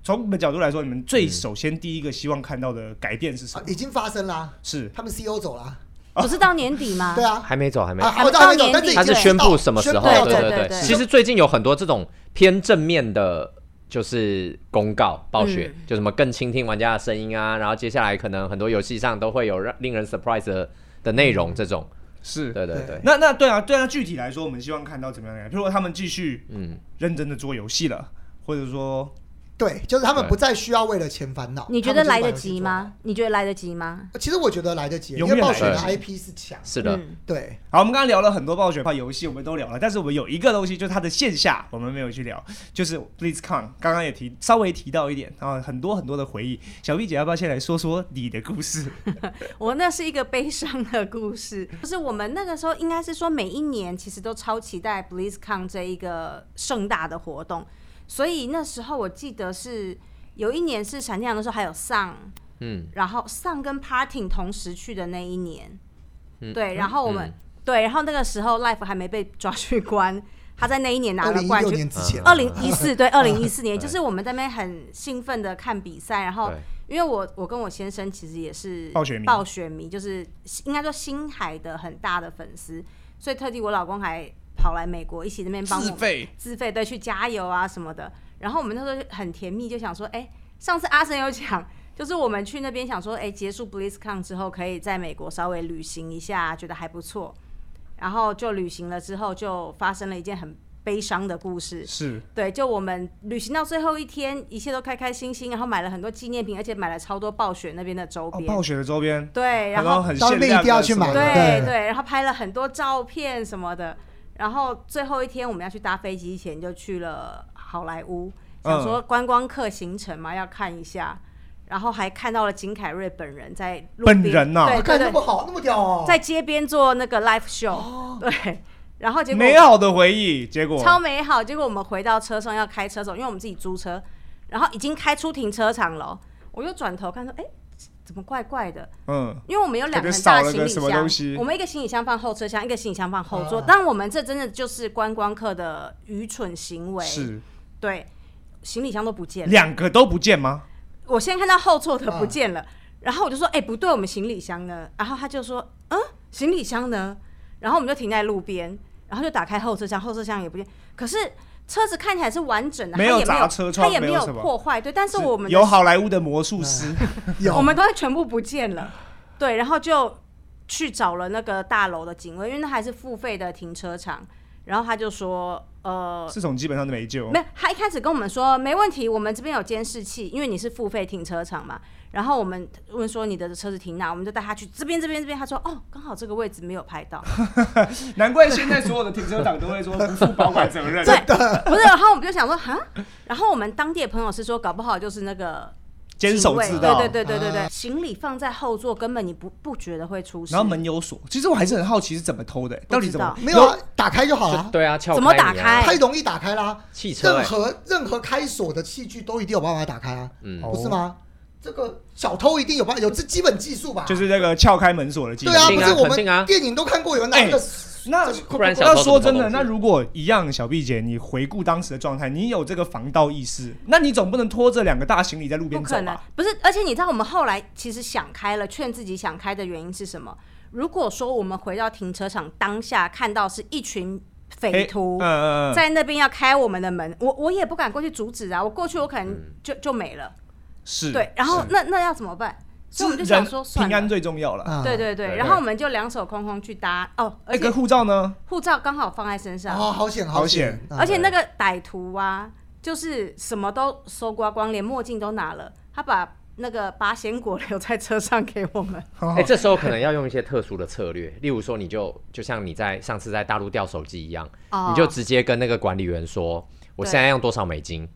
S3: 从你们角度来说，你们最首先第一个希望看到的改变是什
S1: 啊
S4: 嗯
S3: 么？
S1: 已经发生啦、
S3: 是
S1: 他们 CEO 走啦、
S5: 不是到年底吗？
S1: 对啊，
S4: 还没走，还没
S1: 啊，
S4: 走。
S1: 还没到还没走，
S5: 还没到
S1: 但是已
S5: 年底
S1: 经
S4: 他
S1: 知
S4: 是
S1: 道
S4: 宣布什么时候？
S1: 宣
S5: 对
S1: 布
S4: 对
S5: 哦对
S4: 对
S5: 对对
S4: 其实最近有很多这种偏正面的，就是公告暴雪，
S5: 嗯
S4: 就什么更倾听玩家的声音啊，然后接下来可能很多游戏上都会有让令人 surprise 的的内容，
S5: 嗯
S4: 这种。
S3: 是
S4: 对对
S1: 对
S4: 对，
S3: 那那对啊，对啊，具体来说，我们希望看到怎么样的改变？比如说他们继续
S4: 嗯，
S3: 认真的做游戏了，或者说
S1: 对，就是他们不再需要为了钱烦恼。
S5: 你觉得
S1: 他们
S5: 来
S1: 就是把
S5: 得
S1: 游戏做
S5: 及
S1: 好？
S5: 吗？你觉得来得及吗？
S1: 呃其实我觉得来得及，因
S3: 永
S1: 为
S3: 远
S1: 暴雪的
S4: 来得
S1: IP 是强。
S4: 是的，
S5: 嗯
S1: 对，
S3: 好，我们刚刚聊了很多暴雪派游戏，我们都聊了，但是我们有一个东西，就是它的线下我们没有去聊，就是 BlizzCon，刚刚也提稍微提到一点，然后很多很多的回忆。小 B 姐要不要先来说说你的故事？
S5: 我那是一个悲伤的故事，就是我们那个时候应该是说每一年其实都超期待 BlizzCon 这一个盛大的活动，所以那时候我记得是有一年是闪电狼的时候还有上，
S4: 嗯
S5: 然后上跟 Parting 同时去的那一年，
S4: 嗯
S5: 对，然后我们、
S4: 嗯
S5: 对，然后那个时候 Life 还没被抓去关，他在那一年拿
S1: 二
S5: 了
S1: 零一
S5: 冠
S1: 六
S5: 军。
S1: 年之前，
S5: 二零一四 对，二零一四年
S4: 啊对
S5: 就是我们在那边很兴奋的看比赛，然后
S4: 对，
S5: 因为我我跟我先生其实也是
S3: 暴雪迷
S5: 暴雪迷就是应该说星海的很大的粉丝，所以特地我老公还跑来美国一起那边帮我们
S3: 费
S5: 自费对去加油啊什么的。然后我们那时候就很甜蜜，就想说，哎、上次阿神有讲，就是我们去那边想说，哎、结束 BlizzCon 之后，可以在美国稍微旅行一下，觉得还不错。然后就旅行了之后，就发生了一件很悲伤的故事。
S3: 是
S5: 对，就我们旅行到最后一天，一切都开开心心，然后买了很多纪念品，而且买了超多暴雪那边的周
S3: 哦，
S5: 边。
S3: 暴雪的周边，
S5: 对，
S3: 然
S5: 然后
S3: 后很
S1: 当
S3: 限
S1: 地
S3: 量
S1: 一定要
S3: 的
S1: 去
S3: 什么
S1: 买
S3: 的
S5: 对
S1: 对
S5: 对，然后拍了很多照片什么的。然后最后一天我们要去搭飞机前，就去了好莱坞，
S3: 嗯
S5: 想说观光客行程嘛，要看一下。然后还看到了金凯瑞本人在路边
S3: 本人啊呐
S5: 对
S1: 啊看
S5: 对
S1: 那么
S5: 对，
S1: 好，那么屌哦，
S5: 在街边做那个 live show，、对。然后结果
S3: 美好的回忆，结果
S5: 超美好。结果我们回到车上要开车走，因为我们自己租车，然后已经开出停车场了哦，我又转头看说，哎，怎么怪怪的？
S3: 嗯，
S5: 因为我们有
S3: 感
S5: 两
S3: 觉
S5: 很
S3: 少
S5: 大
S3: 了
S5: 行
S3: 个
S5: 李
S3: 什么东西
S5: 箱，我们一个行李箱放后车厢，一个行李箱放后座。
S1: 啊
S5: 但我们这真的就是观光客的愚蠢行为，
S3: 是
S5: 对，行李箱都不见了。
S3: 两个都不见吗？
S5: 我先看到后座的不见了，
S3: 啊
S5: 然后我就说：“哎、不对，我们行李箱呢？”然后他就说：“嗯，行李箱呢？”然后我们就停在路边，然后就打开后车厢，后车厢也不见。可是车子看起来是完整的，
S3: 没有
S5: 它也没
S3: 砸
S5: 有
S3: 车窗
S5: 它也没
S3: 没有
S5: 有
S3: 什么
S5: 破坏，对。但是我们的
S3: 有好莱坞的魔术师，
S1: 有
S3: 哦
S5: 我们都会全部不见了。对，然后就去找了那个大楼的警卫，因为那还是付费的停车场。然后他就说，呃，
S3: 这种基本上都没救
S5: 没。有，他一开始跟我们说没问题，我们这边有监视器，因为你是付费停车场嘛。然后我们问说你的车子停哪，我们就带他去这边这边这边。他说哦，刚好这个位置没有 拍到。
S3: 难怪现在所有的停车场都会说不负保管责任。
S5: 对，不是。然后我们就想说哈，然后我们当地的朋友是说，搞不好就是那个
S3: 坚守
S5: 警卫
S3: 自盗，
S5: 对对对对对对，
S1: 啊
S5: 行李放在后座，根本你不不觉得会出事。
S3: 然后门有锁，其实我还是很好奇是怎么偷的、到底怎么
S5: 不
S1: 没有啊？打开就好
S4: 就
S1: 了，
S4: 对啊，撬
S5: 怎么
S4: 开你
S5: 打
S4: 啊
S5: 开
S1: 太容易打开啦。
S4: 汽车、
S1: 任
S4: 欸？
S1: 何任何开锁的器具都一定有办法打开啊，
S4: 嗯
S1: 不是吗？
S3: 哦
S1: 这个小偷一定有办有这基本技术吧？
S3: 就是那个撬开门锁的技
S1: 哦对
S3: 能。
S1: 啊，不
S4: 肯定啊
S1: 是我
S4: 肯定啊
S1: 们电影都看过有人拿那个
S3: 那
S4: 不然小
S3: 那
S4: 偷怎么
S3: 说真的，
S4: 偷东西
S3: 那如果一样，小毕姐，你回顾当时的状态，你有这个防盗意识，那你总不能拖着两个大行李在路
S5: 不
S3: 边
S5: 可
S3: 走啊
S5: 能
S3: 吧？，
S5: 不是。而且你知道，我们后来其实想开了，劝自己想开的原因是什么？如果说我们回到停车场当下看到是一群匪
S3: 诶
S5: 徒
S3: 嗯嗯嗯，
S5: 在那边要开我们的门，我我也不敢过去阻止啊。我过去我可能就就没了。
S3: 是
S5: 对，然后
S3: 是
S5: 那那要怎么办？所以我们就想
S3: 人
S5: 说算
S3: 平安
S5: 了。呃
S3: 最重要了。
S1: 啊
S5: 对对对，
S4: 对
S5: 然后我们就两手空空去搭哦，而
S3: 哎，
S5: 且
S3: 跟护照呢？
S5: 护照刚好放在身上，
S1: 哦，好险
S3: 好
S1: 险
S3: 险，
S1: 啊
S5: 而且那个歹徒啊，就是什么都搜刮光，连墨镜都拿了，他把那个八仙果留在车上给我们。
S4: 哎、这时候可能要用一些特殊的策略，例如说，你就就像你在上次在大陆掉手机一样，
S5: 哦
S4: 你就直接跟那个管理员说，我
S5: 对
S4: 现在用多少美金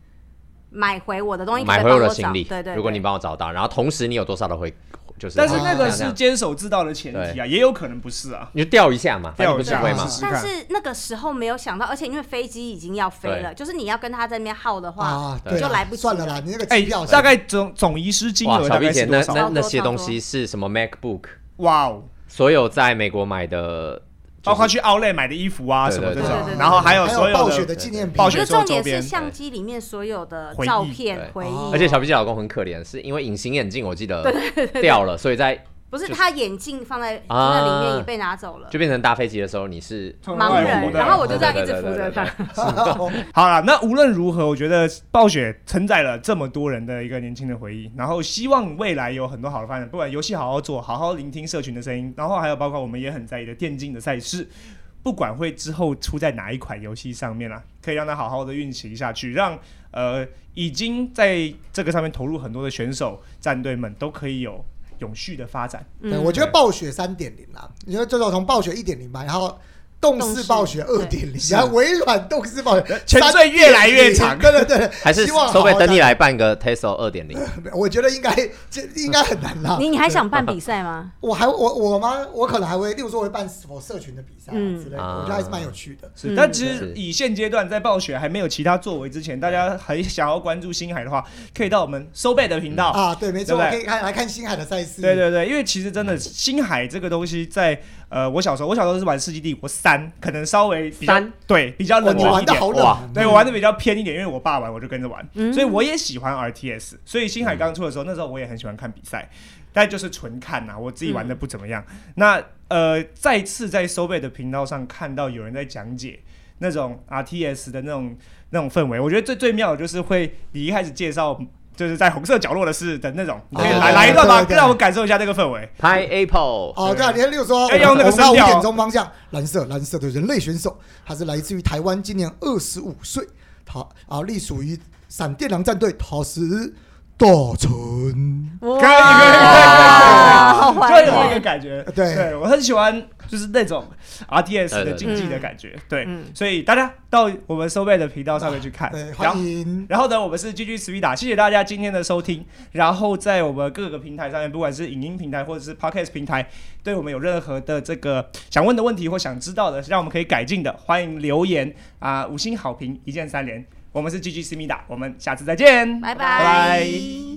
S5: 买回我的东西，
S4: 买
S5: 可以
S4: 回我的
S5: 帮
S4: 行
S5: 找
S4: 李，
S5: 对对对
S4: 如果你帮我找到，然后同时你有多少的回，就是
S3: 但是那
S1: 哦
S3: 个
S4: 这
S3: 是
S4: 样
S3: 坚守自盗的前提啊，也有可能不是啊。
S4: 你就调一下嘛，反
S3: 调一
S4: 正不是
S3: 下啊
S4: 会
S1: 嘛
S4: 吗？
S3: 试试
S5: 但
S3: 看。
S5: 是那个时候没有想到，而且因为飞机已经要飞
S4: 对
S5: 了，就是你要跟他在那边耗的话，
S1: 啊，
S4: 对
S1: 对啊，
S5: 就来不及
S1: 算了啦，你那个
S3: 哎
S1: 机票，
S3: 大概总总遗失金
S4: 哇，
S3: 额
S4: 小
S3: 大
S4: 毕
S3: 概
S4: 姐，
S3: 是
S4: 那
S3: 多
S4: 那
S3: 少？
S4: 那些东西是什么 MacBook，
S3: 哇哦，
S4: 所有在美国买的，
S3: 包括去 Outlet 买的衣服啊
S4: 对
S3: 什么这
S4: 对
S5: 对对
S3: 种，
S5: 对
S3: 然后还有
S1: 还
S3: 所
S1: 有暴雪
S3: 有
S1: 的
S3: 的，
S1: 纪念品，
S3: 暴
S5: 我
S3: 雪
S5: 觉得
S3: 做
S5: 重点
S3: 周边
S5: 是相机里面所有的
S3: 回忆
S5: 照片
S4: 对
S5: 回忆，
S1: 哦
S4: 而且小毕姐老公很可怜，是因为隐形眼镜我记得掉了，所以在
S5: 不是
S4: 就
S5: 他眼镜放在
S4: 啊
S5: 那里面也被拿走了，
S4: 就变成搭飞机的时候你是
S3: 从
S5: 盲
S3: 外
S5: 人，
S3: 国的
S5: 然后我就这样
S4: 对
S5: 一
S4: 对
S5: 直
S4: 对
S5: 扶着
S4: 对
S5: 他
S4: 对。
S3: 好了，那无论如何，我觉得暴雪承载了这么多人的一个年轻的回忆，然后希望未来有很多好的发展，不管游戏好好做，好好聆听社群的声音，然后还有包括我们也很在意的电竞的赛事，不管会之后出在哪一款游戏上面啦、可以让它好好的运行下去，让呃已经在这个上面投入很多的选手战队们都可以有永续的发展。
S5: 嗯
S1: 对，我觉得暴雪三点零啦，你说这种从暴雪一点零吧，然后动视暴雪二点零，然后微软动视暴雪，
S3: 前缀越来越长
S1: 对对对，
S4: 还是
S1: 希望
S4: 收费等你
S1: 来，
S4: 来办个 Tesla 二点零，
S1: 我觉得应该 这应该很难啦。
S5: 你你还想办比赛吗？
S1: 我还我我吗？我可能还会，例如说我会办我社群的比赛啊
S5: 嗯
S1: 之类的，
S4: 啊
S1: 我觉得还是蛮有趣的。
S3: 是，
S5: 嗯
S3: 但其实
S4: 是
S3: 以现阶段在暴雪还没有其他作为之前，大家还想要关注星海的话，可以到我们收贝的频道。
S1: 啊，对，没错，
S3: 对
S1: 我
S3: 不对
S1: 可以看来看星海的赛事。
S3: 对对对，因为其实真的星海这个东西在，呃，我小时候，我小时候是玩《世纪帝国三》，可能稍微比较
S4: 三
S3: 对比较
S1: 哦，
S3: 冷
S1: 你
S3: 门
S1: 玩
S3: 一
S1: 的
S3: 点。
S1: 好冷嗯
S4: 哇
S1: 门，
S3: 对我玩的比较偏一点，因为我爸玩我就跟着玩，
S5: 嗯
S3: 所以我也喜欢 RTS。所以星海刚出的时候，那时候我也很喜欢看比赛，但就是纯看呐、我自己玩
S1: 嗯
S3: 的不怎么样。那呃，再次在收贝的频道上看到有人在讲解那种 RTS 的那种那种氛围，我觉得最最妙的就是会你一开始介绍。就是在红色角落的事的那种，你可以
S4: 哦
S3: 来、来一段吧
S1: 对，对对
S3: 让我感受一下这个氛围。
S4: 拍 Apple，
S1: 哦，对啊，你看，例如说，
S3: 哎要用那个
S1: 我们到
S3: 声
S1: 五
S3: 调
S1: 点钟方向，蓝色，蓝色的人类选手，他是来自于台湾，今年二十五岁，他啊隶属于闪电狼战队，他是大成。
S5: 哇
S3: 可以可以 可以 可以，
S5: 啊好怀
S3: 就有那个
S5: 念。
S3: 感觉。
S1: 对
S3: 对我很喜欢，就是那种 R T S
S4: 对对
S3: 的
S4: 对
S3: 竞技的感觉。对
S5: 嗯，
S3: 所以大家到我们收费的频道上面去看
S1: 对，。
S3: 然
S1: 欢
S3: 后。
S1: 迎。
S3: 然后呢，我们是 G G 随意打，谢谢大家今天的收听。然后在我们各个平台上面，不管是影音平台或者是 Podcast 平台，对我们有任何的这个想问的问题或想知道的，让我们可以改进的，欢迎留言啊、五星好评，一键三连。我们是 G G 思密达，我们下次再见，
S5: 拜拜
S3: 拜拜